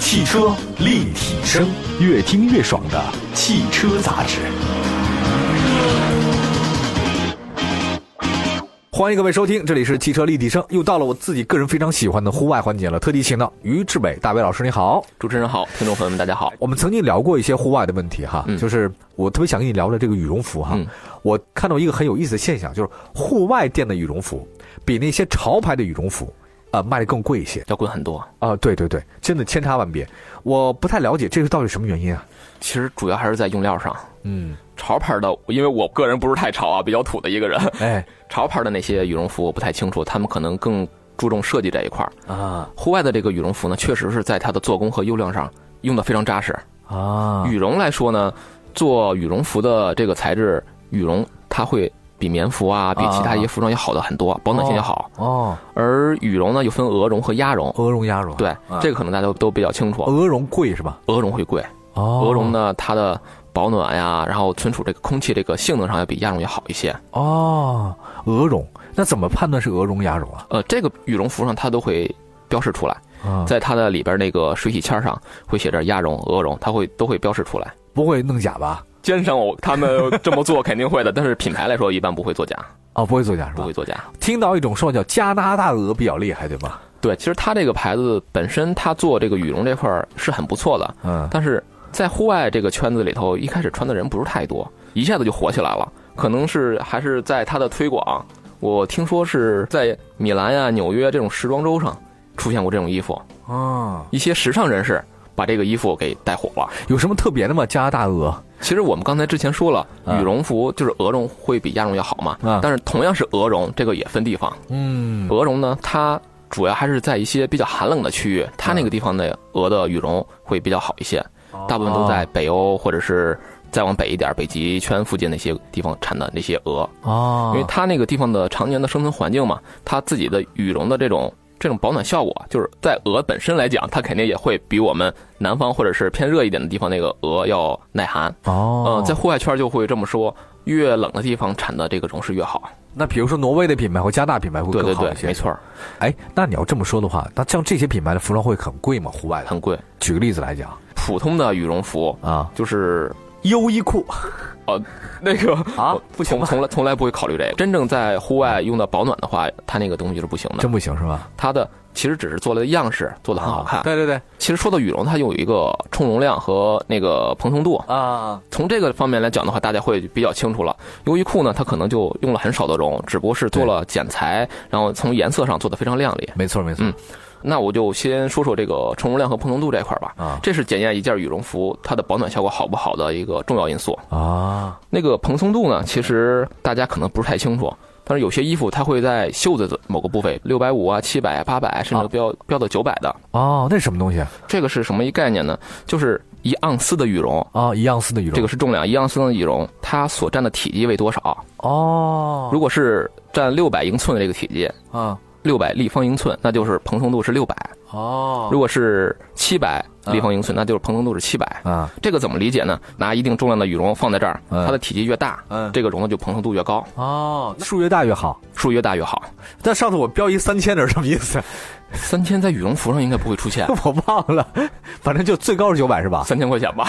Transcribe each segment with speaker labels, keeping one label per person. Speaker 1: 汽车立体声，越听越爽的汽车杂志。欢迎各位收听，这里是汽车立体声，又到了我自己个人非常喜欢的户外环节了，特地请到于志伟大伟老师，你好。
Speaker 2: 主持人好，听众朋友们大家好。
Speaker 1: 我们曾经聊过一些户外的问题哈，
Speaker 2: 嗯
Speaker 1: 就是我特别想跟你聊聊这个羽绒服哈。
Speaker 2: 嗯
Speaker 1: 我看到一个很有意思的现象，就是户外店的羽绒服比那些潮牌的羽绒服啊、呃卖的更贵一些
Speaker 2: 要贵很多，
Speaker 1: 啊、对对对，真的千差万别。我不太了解这是到底什么原因啊？
Speaker 2: 其实主要还是在用料上。
Speaker 1: 嗯，
Speaker 2: 潮牌的，因为我个人不是太潮啊，比较土的一个人。
Speaker 1: 哎
Speaker 2: 潮牌的那些羽绒服我不太清楚，他们可能更注重设计这一块儿。
Speaker 1: 啊
Speaker 2: 户外的这个羽绒服呢，确实是在它的做工和用料上用的非常扎实。
Speaker 1: 啊
Speaker 2: 羽绒来说呢，做羽绒服的这个材质，羽绒它会比棉服啊，比其他一些服装要好的很多，保暖性也好。
Speaker 1: 哦，
Speaker 2: 而羽绒呢，又分鹅绒和鸭绒。
Speaker 1: 鹅绒鸭绒
Speaker 2: 对，
Speaker 1: 啊
Speaker 2: 这个可能大家都比较清楚，
Speaker 1: 鹅绒贵是吧？
Speaker 2: 鹅绒会贵。
Speaker 1: 哦
Speaker 2: 鹅绒呢，它的保暖呀，然后存储这个空气这个性能上要比鸭绒要好一些。
Speaker 1: 哦，鹅绒那怎么判断是鹅绒鸭绒啊？
Speaker 2: 呃，这个羽绒服上它都会标示出来，
Speaker 1: 啊，
Speaker 2: 在它的里边那个水洗签上会写着鸭绒、鹅绒，它会都会标示出来。
Speaker 1: 不会弄假吧？
Speaker 2: 肩上我他们这么做肯定会的，但是品牌来说一般不会作假，
Speaker 1: 哦，不会做假是
Speaker 2: 不
Speaker 1: 吧
Speaker 2: 会？作假。
Speaker 1: 听到一种说法叫加拿大鹅比较厉害，对吧？
Speaker 2: 对，其实它这个牌子本身它做这个羽绒这块儿是很不错的，
Speaker 1: 嗯，
Speaker 2: 但是在户外这个圈子里头，一开始穿的人不是太多，一下子就火起来了。可能是还是在它的推广，我听说是在米兰呀、纽约这种时装周上出现过这种衣服，
Speaker 1: 哦，
Speaker 2: 一些时尚人士把这个衣服给带火了。
Speaker 1: 有什么特别的吗？加拿大鹅
Speaker 2: 其实我们刚才之前说了，
Speaker 1: 嗯
Speaker 2: 羽绒服就是鹅绒会比鸭绒要好嘛
Speaker 1: 嗯，
Speaker 2: 但是同样是鹅绒，这个也分地方。
Speaker 1: 嗯，
Speaker 2: 鹅绒呢，它主要还是在一些比较寒冷的区域，它那个地方的鹅的羽绒会比较好一些，大部分
Speaker 1: 哦
Speaker 2: 都在北欧或者是再往北一点，北极圈附近那些地方产的那些鹅，
Speaker 1: 哦，
Speaker 2: 因为它那个地方的常年的生存环境嘛，它自己的羽绒的这种。这种保暖效果，就是在鹅本身来讲，它肯定也会比我们南方或者是偏热一点的地方那个鹅要耐寒。
Speaker 1: 哦
Speaker 2: 呃，在户外圈就会这么说，越冷的地方产的这个绒是越好。
Speaker 1: 那比如说挪威的品牌或加拿大品牌会
Speaker 2: 对
Speaker 1: 更
Speaker 2: 对
Speaker 1: 好
Speaker 2: 对
Speaker 1: 一，些，
Speaker 2: 没。错儿，
Speaker 1: 哎，那你要这么说的话，那像这些品牌的服装会很贵吗？户外的，
Speaker 2: 很贵。
Speaker 1: 举个例子来讲
Speaker 2: 普通的羽绒服
Speaker 1: 啊，
Speaker 2: 就是
Speaker 1: 优衣库
Speaker 2: 那个
Speaker 1: 啊
Speaker 2: 我
Speaker 1: 不行
Speaker 2: 从
Speaker 1: 吗
Speaker 2: 从来从来不会考虑这个。真正在户外用到保暖的话，它那个东西是不行的。
Speaker 1: 真不行是吧？啊
Speaker 2: 它的其实只是做了样式，做的很好看。
Speaker 1: 对对对
Speaker 2: 其实说到羽绒，它又有一个充绒量和那个蓬松度。
Speaker 1: 啊，
Speaker 2: 从这个方面来讲的话，大家会比较清楚了。优衣库呢，它可能就用了很少的绒，只不过是做了剪裁，然后从颜色上做的非常亮丽。
Speaker 1: 没错没错
Speaker 2: 嗯那我就先说说这个充绒量和蓬松度这块儿吧。
Speaker 1: 啊
Speaker 2: 这是检验一件羽绒服它的保暖效果好不好的一个重要因素。
Speaker 1: 啊
Speaker 2: 那个蓬松度呢，其实大家可能不是太清楚，但是有些衣服它会在袖子的某个部位，六百五啊、七百啊、八百，甚
Speaker 1: 啊
Speaker 2: 至标、标到九百的。
Speaker 1: 哦，那是什么东西啊？
Speaker 2: 这个是什么一概念呢？就是一盎司的羽绒，
Speaker 1: 啊，一盎司的羽绒，
Speaker 2: 这个是重量，一盎司的羽绒它所占的体积为多少？
Speaker 1: 哦，
Speaker 2: 如果是占六百英寸的这个体积，
Speaker 1: 啊
Speaker 2: 六百立方英寸，那就是蓬松度是六百；
Speaker 1: 哦
Speaker 2: 如果是七百立方英寸，那就是蓬松度是七百。
Speaker 1: 啊
Speaker 2: 这个怎么理解呢？拿一定重量的羽绒放在这儿，
Speaker 1: 嗯
Speaker 2: 它的体积越大，
Speaker 1: 嗯
Speaker 2: 这个绒呢就蓬松度越高，
Speaker 1: 哦，数越大越好。
Speaker 2: 数越大越好。
Speaker 1: 但上次我标一三千的是什么意思？，
Speaker 2: 三千在羽绒服上应该不会出现
Speaker 1: 我忘了，反正就最高是九百是吧？
Speaker 2: 三千块钱 吧。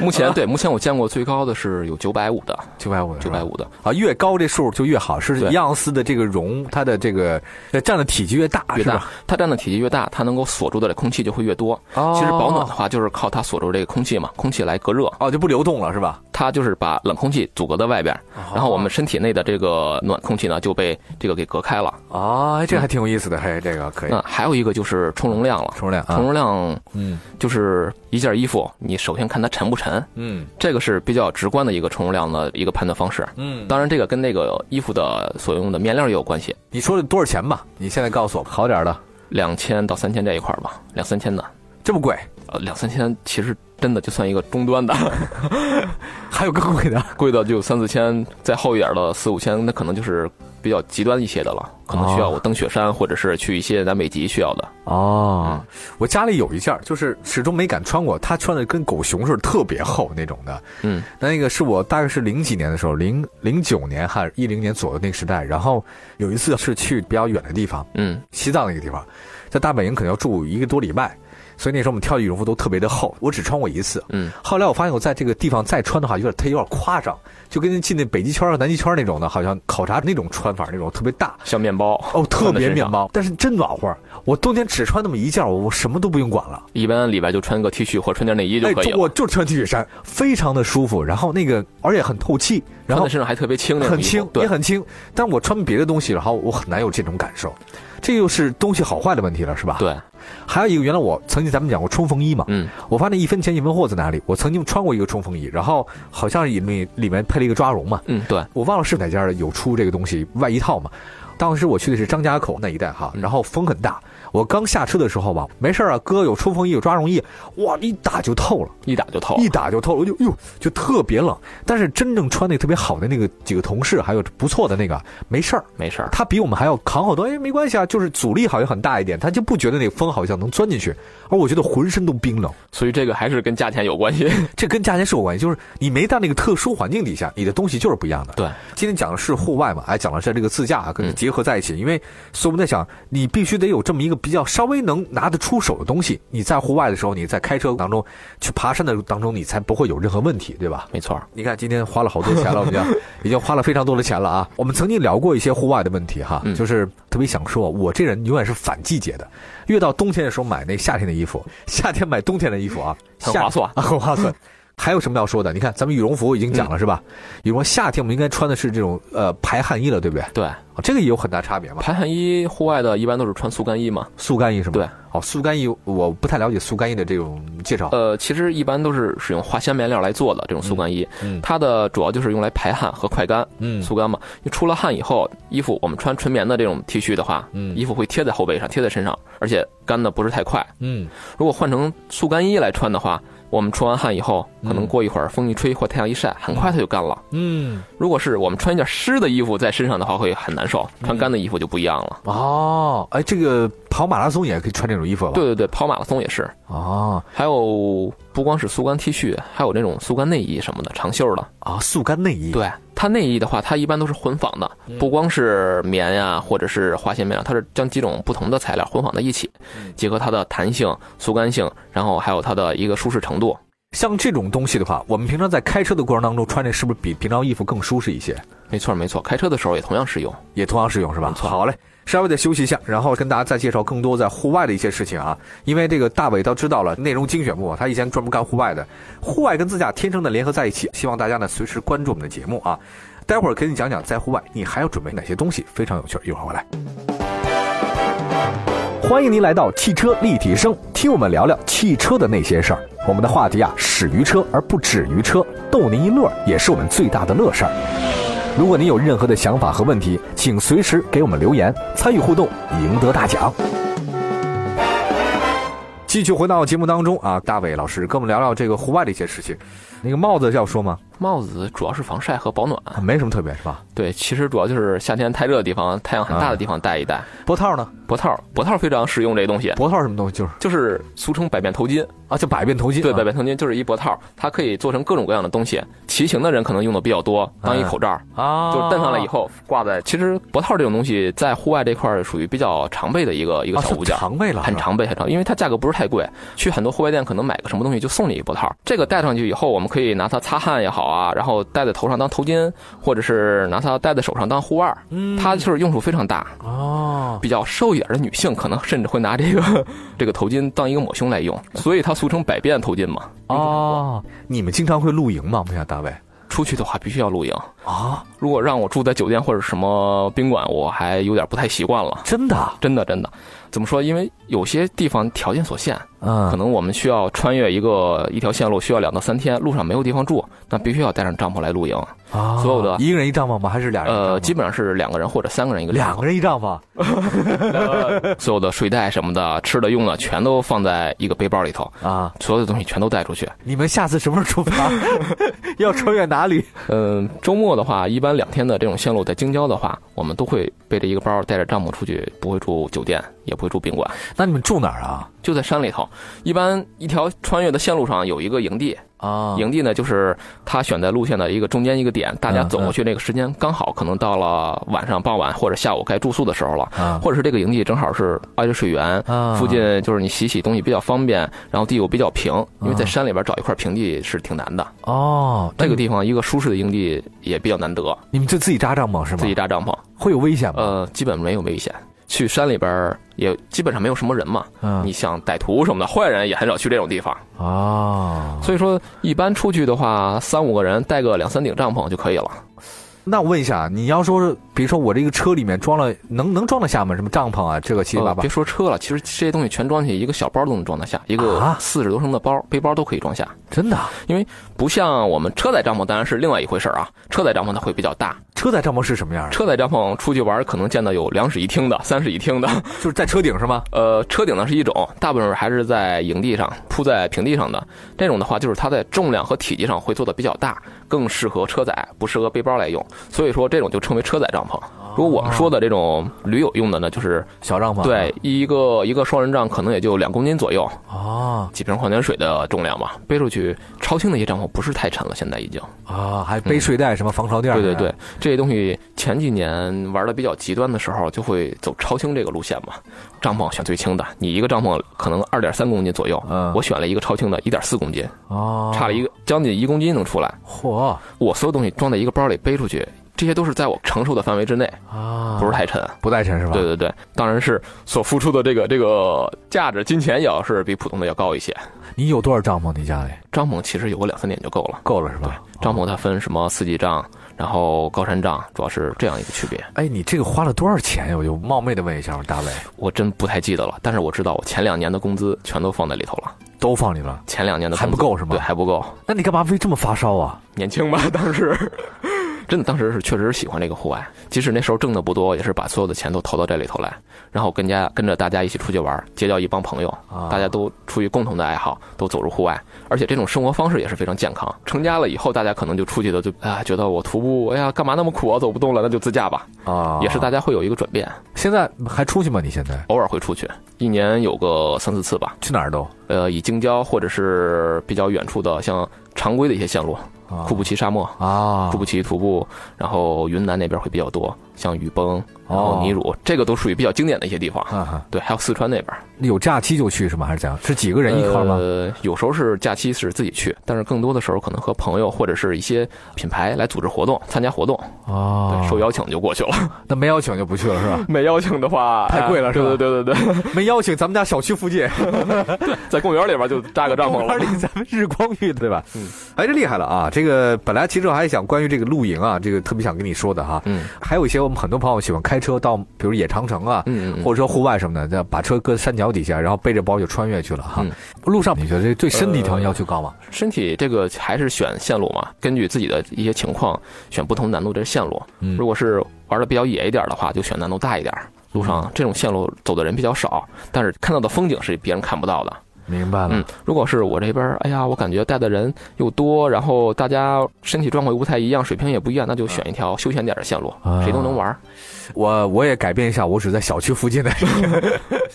Speaker 2: 目前对，目前我见过最高的是有九百五的，
Speaker 1: 九百五，
Speaker 2: 九百五的。
Speaker 1: 啊，越高这数就越好，是
Speaker 2: 对
Speaker 1: 一盎司的这个绒，它的这个呃占的体积越大，
Speaker 2: 越
Speaker 1: 是
Speaker 2: 大
Speaker 1: 吧？，
Speaker 2: 它占的体积越大，它能够锁住的空气就会越多。
Speaker 1: 哦
Speaker 2: 其实保暖的话，就是靠它锁住这个空气嘛，空气来隔热，
Speaker 1: 哦，就不流动了是吧？
Speaker 2: 它就是把冷空气阻隔在外边，
Speaker 1: 哦
Speaker 2: 然后我们身体内的这个暖空气呢就被这个给隔开了。
Speaker 1: 哦，哎这还挺有意思的，嘿，这个可以
Speaker 2: 那还有一个就是充绒量了，
Speaker 1: 嗯充量
Speaker 2: 充
Speaker 1: 啊，
Speaker 2: 绒量
Speaker 1: 嗯
Speaker 2: 就是一件衣服，你首先看它沉不沉，
Speaker 1: 嗯
Speaker 2: 这个是比较直观的一个充绒量的一个判断方式。
Speaker 1: 嗯，
Speaker 2: 当然，这个跟那个衣服的所用的面料也有关系，
Speaker 1: 你说的多少钱吧？你现在告诉我，好点儿的，
Speaker 2: 两千到三千这一块儿吧，两三千的，
Speaker 1: 这么贵
Speaker 2: 呃，两三千其实真的就算一个中端的，
Speaker 1: 还有更贵的，
Speaker 2: 贵的就三四千，再厚一点的四五千，那可能就是比较极端一些的了，可能需要我登雪山，或者是去一些南北极需要的。
Speaker 1: 哦，我家里有一件儿，就是始终没敢穿过，它穿的跟狗熊似的，特别厚那种的。
Speaker 2: 嗯，
Speaker 1: 那个是我大概是零几年的时候，零零九年还是一零年左右那个时代。然后有一次是去比较远的地方，
Speaker 2: 嗯，
Speaker 1: 西藏那个地方，在大本营可能要住一个多礼拜，所以那时候我们挑的羽绒服都特别的厚，我只穿过一次。
Speaker 2: 嗯，
Speaker 1: 后来我发现我在这个地方再穿的话，有点它有点夸张，就跟进那北极圈儿、南极圈儿那种的，好像考察那种穿法那种特别大。
Speaker 2: 像面包
Speaker 1: 哦，特别面
Speaker 2: 面包。
Speaker 1: 包，但是真暖和。我冬天只穿那么一件，我我什么都不用管了，
Speaker 2: 一般里边就穿个 T 恤或穿件内衣就
Speaker 1: 哎，
Speaker 2: 可以
Speaker 1: 就
Speaker 2: 了。
Speaker 1: 我就穿 T 恤衫，非常的舒服。然后那个，而且很透气，然
Speaker 2: 穿
Speaker 1: 后
Speaker 2: 在身上还特别轻那种衣服，
Speaker 1: 很轻，也
Speaker 2: 对，
Speaker 1: 很轻。但我穿别的东西，然后我很难有这种感受。这又是东西好坏的问题了，是吧？。
Speaker 2: 对，
Speaker 1: 还有一个，原来我曾经咱们讲过冲锋衣嘛，
Speaker 2: 嗯，
Speaker 1: 我发现一分钱一分货在哪里。我曾经穿过一个冲锋衣，然后好像里面里面配了一个抓绒嘛，
Speaker 2: 嗯，对，
Speaker 1: 我忘了是哪家的有出这个东西外衣套嘛。当时我去的是张家口那一带哈，
Speaker 2: 嗯
Speaker 1: 然后风很大。我刚下车的时候吧，没事儿啊，哥有冲锋衣有抓绒衣，哇，一打就透了，
Speaker 2: 一打就透。
Speaker 1: 一打就透了，我就哟就特别冷。但是真正穿那特别好的那个几个同事，还有不错的那个，没事儿，
Speaker 2: 没事儿，
Speaker 1: 他比我们还要扛好多，哎，没关系啊，就是阻力好像很大一点，他就不觉得那个风好像能钻进去，而我觉得浑身都冰冷。
Speaker 2: 所以这个还是跟价钱有关系。
Speaker 1: 这跟价钱是有关系，就是你没到那个特殊环境底下，你的东西就是不一样的。
Speaker 2: 对，
Speaker 1: 今天讲的是户外嘛，哎，讲的是这个自驾啊，跟
Speaker 2: 嗯
Speaker 1: 结合在一起，因为所以我们在想，你必须得有这么一个比较稍微能拿得出手的东西，你在户外的时候，你在开车当中去爬山的当中，你才不会有任何问题，对吧？
Speaker 2: 没错儿，
Speaker 1: 你看，今天花了好多钱了，我们 讲已经花了非常多的钱了啊。我们曾经聊过一些户外的问题哈，
Speaker 2: 嗯
Speaker 1: 就是特别想说，我这人永远是反季节的，越到冬天的时候买那夏天的衣服， 夏天买冬天的衣服啊，
Speaker 2: 很
Speaker 1: 夏
Speaker 2: 划算
Speaker 1: 啊，很划算。还有什么要说的？你看，咱们羽绒服已经讲了、是吧？
Speaker 2: 嗯
Speaker 1: 羽绒夏天我们应该穿的是这种呃排汗衣了，对不对？啊
Speaker 2: 对，
Speaker 1: 这个也有很大差别嘛。
Speaker 2: 排汗衣户外的一般都是穿速干衣嘛。
Speaker 1: 速干衣是吗？
Speaker 2: 对。
Speaker 1: 哦，速干衣我不太了解速干衣的这种介绍。
Speaker 2: 呃，其实一般都是使用化纤面料来做的这种速干衣，
Speaker 1: 嗯
Speaker 2: 它的主要就是用来排汗和快干。
Speaker 1: 嗯
Speaker 2: 速干嘛，你出了汗以后，衣服我们穿纯棉的这种 T 恤的话，
Speaker 1: 嗯
Speaker 2: 衣服会贴在后背上，贴在身上，而且干的不是太快。
Speaker 1: 嗯
Speaker 2: 如果换成速干衣来穿的话，我们出完汗以后，可能过一会儿风一吹或太阳一晒，很快它就干了。
Speaker 1: 嗯。
Speaker 2: 如果是我们穿一件湿的衣服在身上的话，会很难受；穿干的衣服就不一样了。
Speaker 1: 哦，哎，这个跑马拉松也可以穿这种衣服吧？
Speaker 2: 对。对对， 跑马拉松也是，
Speaker 1: 哦，
Speaker 2: 还有不光是速干 T 恤，还有那种速干内衣什么的，长袖的。
Speaker 1: 啊，速干内衣。，
Speaker 2: 对它内衣的话，它一般都是混纺的，
Speaker 1: 嗯
Speaker 2: 不光是棉呀、或者是化纤面料，啊它是将几种不同的材料混纺在一起，
Speaker 1: 嗯
Speaker 2: 结合它的弹性、速干性，然后还有它的一个舒适程度。
Speaker 1: 像这种东西的话，我们平常在开车的过程当中穿这是不是比平常衣服更舒适一些？
Speaker 2: 没错没错，开车的时候也同样适用。
Speaker 1: 也同样适用是吧？好嘞，稍微的休息一下，然后跟大家再介绍更多在户外的一些事情啊。因为这个大伟都知道了，内容精选部啊，他以前专门干户外的，户外跟自驾天生的联合在一起。希望大家呢随时关注我们的节目啊。待会儿给你讲讲在户外你还要准备哪些东西，非常有趣儿。一会儿回来。欢迎您来到汽车立体声，听我们聊聊汽车的那些事儿。我们的话题啊，始于车而不止于车，逗您一乐也是我们最大的乐事儿。如果您有任何的想法和问题，请随时给我们留言，参与互动，赢得大奖。继续回到节目当中啊，大伟老师跟我们聊聊这个户外的一些事情。那个帽子要说吗？
Speaker 2: 帽子主要是防晒和保暖，
Speaker 1: 啊没什么特别是吧？
Speaker 2: 对，其实主要就是夏天太热的地方，太阳很大的
Speaker 1: 啊
Speaker 2: 地方戴一戴。
Speaker 1: 脖套呢？
Speaker 2: 脖套，脖套非常实用，这东西
Speaker 1: 脖套是什么东西？就是
Speaker 2: 就是俗称百变头巾。
Speaker 1: 啊，叫百变头巾。
Speaker 2: 对，
Speaker 1: 啊
Speaker 2: 百变头巾就是一脖套，它可以做成各种各样的东西。骑行的人可能用的比较多，当一口罩，
Speaker 1: 啊，
Speaker 2: 就是戴上了以后挂在。其实脖套这种东西在户外这块儿属于比较常备的一个一个
Speaker 1: 啊，
Speaker 2: 小
Speaker 1: 是
Speaker 2: 物件。
Speaker 1: 常备了，
Speaker 2: 很
Speaker 1: 是吧。
Speaker 2: 常备，很常，因为它价格不是太贵，去很多户外店可能买个什么东西就送你一脖套，这个戴上去以后，我们可以拿它擦汗也好啊，然后戴在头上当头巾，或者是拿它戴在手上当护腕儿，
Speaker 1: 嗯
Speaker 2: 它就是用处非常大。
Speaker 1: 哦，
Speaker 2: 比较瘦一点的女性，可能甚至会拿这个 这个头巾当一个抹胸来用，所以它俗称百变头巾嘛。
Speaker 1: 哦，你们经常会露营吗？我们想大伟
Speaker 2: 出去的话必须要露营，
Speaker 1: 啊，
Speaker 2: 如果让我住在酒店或者什么宾馆，我还有点不太习惯了。
Speaker 1: 真的啊，
Speaker 2: 真的，真的，怎么说？因为有些地方条件所限，可
Speaker 1: 嗯，
Speaker 2: 能我们需要穿越一个一条线路，需要两到三天，路上没有地方住，那必须要带上帐篷来露营。
Speaker 1: 啊
Speaker 2: 所有的
Speaker 1: 一个人一帐篷吗？还是俩人一哎帐篷？
Speaker 2: 呃，基本上是两个人或者三个人一个帐
Speaker 1: 两
Speaker 2: 篷，
Speaker 1: 个人一帐篷，
Speaker 2: 呃 所有的睡袋什么的、吃的、用的全都放在一个背包里头，
Speaker 1: 啊！
Speaker 2: 所有的东西全都带出去。
Speaker 1: 你们下次什么时候出发？ 要穿越哪里？
Speaker 2: 嗯，周末的话，一般两天的这种线路在京郊的话，我们都会背着一个包，带着帐篷出去，不会住酒店，也不会住宾馆，
Speaker 1: 那你们住哪儿啊？
Speaker 2: 就在山里头。一般一条穿越的线路上有一个营地，
Speaker 1: 啊，
Speaker 2: 营地呢就是他选在路线的一个中间一个点，大家
Speaker 1: 嗯
Speaker 2: 走过去那个时间刚好可能到了晚上、傍晚或者下午该住宿的时候了，
Speaker 1: 啊
Speaker 2: 或者是这个营地正好是挨着水源，
Speaker 1: 啊
Speaker 2: 附近就是你洗洗东西比较方便，然后地又比较平，因为在
Speaker 1: 嗯
Speaker 2: 山里边找一块平地是挺难的。
Speaker 1: 哦，
Speaker 2: 这个
Speaker 1: 地
Speaker 2: 地方一个舒适的营地也比较难得，
Speaker 1: 你们就自己扎帐篷是吗？
Speaker 2: 自己搭帐篷，
Speaker 1: 会有危险吗？
Speaker 2: 呃，基本没有危险。去山里边儿也基本上没有什么人嘛，
Speaker 1: 嗯
Speaker 2: 呃你想歹徒什么的，坏人也很少去这种地方。
Speaker 1: 哦，
Speaker 2: 所以说，一般出去的话，三五个人带个两三顶帐篷就可以了。
Speaker 1: 那我问一下，你要说是，比如说我这个车里面装了，能能装得下吗？什么帐篷啊，这个七七八
Speaker 2: 呃
Speaker 1: 八
Speaker 2: 别。说车了，其实这些东西全装进去，一个小包都能装得下，一个
Speaker 1: 啊
Speaker 2: 四十多升的包、背包都可以装下。
Speaker 1: 真的啊，
Speaker 2: 不像我们车载帐篷，当然是另外一回事儿啊。车载帐篷它会比较大，
Speaker 1: 车载帐篷是什么样的？
Speaker 2: 车载帐篷出去玩可能见到有两室一厅的、三室一厅的。
Speaker 1: 就是在车顶是吗？
Speaker 2: 呃，车顶呢是一种，大部分还是在营地上铺在平地上的。这种的话，就是它在重量和体积上会做的比较大，更适合车载，不适合背包来用。所以说，这种就称为车载帐篷。
Speaker 1: 哦
Speaker 2: 如果我们说的这种驴友用的呢，就是
Speaker 1: 小帐篷。
Speaker 2: 对一个一个双人帐可能也就两公斤左右，
Speaker 1: 啊
Speaker 2: 几瓶矿泉水的重量吧，背出去超轻的一些帐篷不是太沉了，现在已经。
Speaker 1: 啊，还背睡袋，什么防潮垫？
Speaker 2: 对嗯对对，，这些东西前几年玩的比较极端的时候，就会走超轻这个路线嘛。帐篷选最轻的，你一个帐篷可能二点三公斤左右，
Speaker 1: 嗯
Speaker 2: 我选了一个超轻的，一点四公斤，
Speaker 1: 哦，
Speaker 2: 差了一
Speaker 1: 个。
Speaker 2: 个将近一公斤能出来。
Speaker 1: 嚯
Speaker 2: 我所有东西装在一个包里背出去，这些都是在我承受的范围之内，
Speaker 1: 啊，
Speaker 2: 不是太沉。
Speaker 1: 不带沉是吧？
Speaker 2: 对对对，当然是所付出的这个这个价值，金钱也要是比普通的要高一些。
Speaker 1: 你有多少帐篷？你家里
Speaker 2: 帐篷其实有个两三点就够了。
Speaker 1: 够了是吧？
Speaker 2: 帐篷它分什么四季帐，然后高山帐，主要是这样一个区别。
Speaker 1: 哎，你这个花了多少钱呀？我就冒昧的问一下，大伟
Speaker 2: 我真不太记得了，但是我知道我前两年的工资全都放在里头了。
Speaker 1: 都放里了，
Speaker 2: 前两年的
Speaker 1: 还
Speaker 2: 工
Speaker 1: 不
Speaker 2: 资
Speaker 1: 够是吗？
Speaker 2: 对，还不够。
Speaker 1: 那你干嘛非这么发烧啊？
Speaker 2: 年轻吧，当时 真的，当时是确实是喜欢这个户外，即使那时候挣的不多，也是把所有的钱都投到这里头来，然后跟家跟着大家一起出去玩，结交一帮朋友，
Speaker 1: 啊
Speaker 2: 大家都出于共同的爱好，都走入户外，而且这种生活方式也是非常健康。成家了以后，大家可能就出去的就啊，觉得我徒步，哎呀，干嘛那么苦啊，走不动了，那就自驾吧，
Speaker 1: 啊，
Speaker 2: 也是大家会有一个转变，
Speaker 1: 现在还出去吗？你现在
Speaker 2: 偶尔会出去，一年有个三四次吧。
Speaker 1: 去哪儿都？
Speaker 2: 呃，以京郊或者是比较远处的，像常规的一些线路，
Speaker 1: 啊
Speaker 2: 库布齐沙漠、
Speaker 1: 啊
Speaker 2: 库，布齐徒步，然后云南那边会比较多，像雨崩，然后尼乳，这个都属于比较经典的一些地方。
Speaker 1: 哦啊哈，
Speaker 2: 对，还有四川那边，
Speaker 1: 有假期就去是吗？还是怎样？是几个人一块儿吗？
Speaker 2: 呃，有时候是假期是自己去，但是更多的时候可能和朋友或者是一些品牌来组织活动、参加活动，
Speaker 1: 哦
Speaker 2: 呃对，受邀请就过去了。
Speaker 1: 那没邀请就不去了是吧？
Speaker 2: 没邀请的话
Speaker 1: 太贵了
Speaker 2: 哎
Speaker 1: 是吧
Speaker 2: 对对对对对，
Speaker 1: 没邀请，咱们家小区附近
Speaker 2: 在公园里边就搭个帐 篷了。
Speaker 1: 里咱们日光浴对吧？
Speaker 2: 嗯，
Speaker 1: 哎，这厉害了啊！这个本来其实我还想关于这个露营啊，这个特别想跟你说的哈。
Speaker 2: 嗯
Speaker 1: 还有一些我们很多朋友喜欢开车到，比如野长城啊，
Speaker 2: 嗯嗯，
Speaker 1: 或者说户外什么的，再把车搁山脚底下，然后背着包就穿越去了哈
Speaker 2: 嗯。
Speaker 1: 路上你觉得这对身体条件要求高吗？
Speaker 2: 身体这个还是选线路嘛，根据自己的一些情况选不同难度的线路。
Speaker 1: 嗯
Speaker 2: 如果是玩的比较野一点的话，就选难度大一点。路
Speaker 1: 嗯
Speaker 2: 上这种线路走的人比较少，但是看到的风景是别人看不到的。
Speaker 1: 明白了
Speaker 2: 嗯，如果是我这边，哎呀，我感觉带的人又多，然后大家身体状况又不太一样，水平也不一样，那就选一条休闲点的线路，
Speaker 1: 啊
Speaker 2: 谁都能玩。
Speaker 1: 我我也改变一下，我只在小区附近的。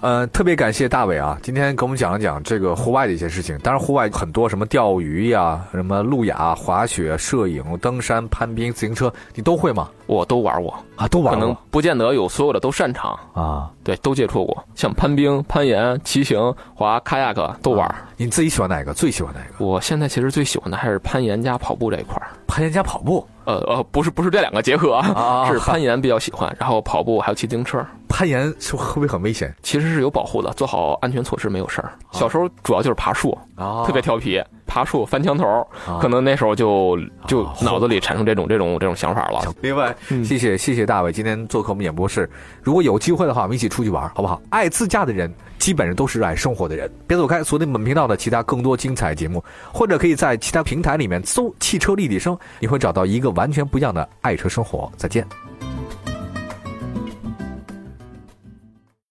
Speaker 1: 呃，特别感谢大伟啊，今天给我们讲了讲这个户外的一些事情。当然，户外很多什么钓鱼呀、什么路亚、滑雪、摄影、登山、攀冰、自行车，你都会吗？
Speaker 2: 我都玩过，
Speaker 1: 啊，都
Speaker 2: 可
Speaker 1: 玩
Speaker 2: 能
Speaker 1: 过
Speaker 2: 不见得有所有的都擅长，
Speaker 1: 啊。
Speaker 2: 对，都接触过，像攀冰、攀岩、骑行、滑、kayak 都玩。
Speaker 1: 你自己喜欢哪个？最喜欢哪个？
Speaker 2: 我现在其实最喜欢的还是攀岩加跑步这一块儿。
Speaker 1: 攀岩加跑步
Speaker 2: 呃呃，不是不是这两个结合啊，
Speaker 1: 啊
Speaker 2: 是
Speaker 1: 是
Speaker 2: 攀岩比较喜欢，然后跑步还有骑自行车，
Speaker 1: 攀岩是会不会很危险
Speaker 2: 其实是有保护的，做好安全措施没有事儿。小时候主要就是爬树，
Speaker 1: 啊
Speaker 2: 特别调皮，爬树、翻墙头，
Speaker 1: 啊
Speaker 2: 可能那时候就就
Speaker 1: 啊
Speaker 2: 脑子里产生这种这种这种想法了。
Speaker 1: 明白，
Speaker 2: 嗯
Speaker 1: 谢谢谢谢大伟今天做客我们演播室。如果有机会的话，我们一起出去玩，好不好？爱自驾的人，基本上都是爱生活的人。别走开，锁定本频道的其他更多精彩节目，或者可以在其他平台里面搜“汽车立体声”，你会找到一个完全不一样的爱车生活。再见。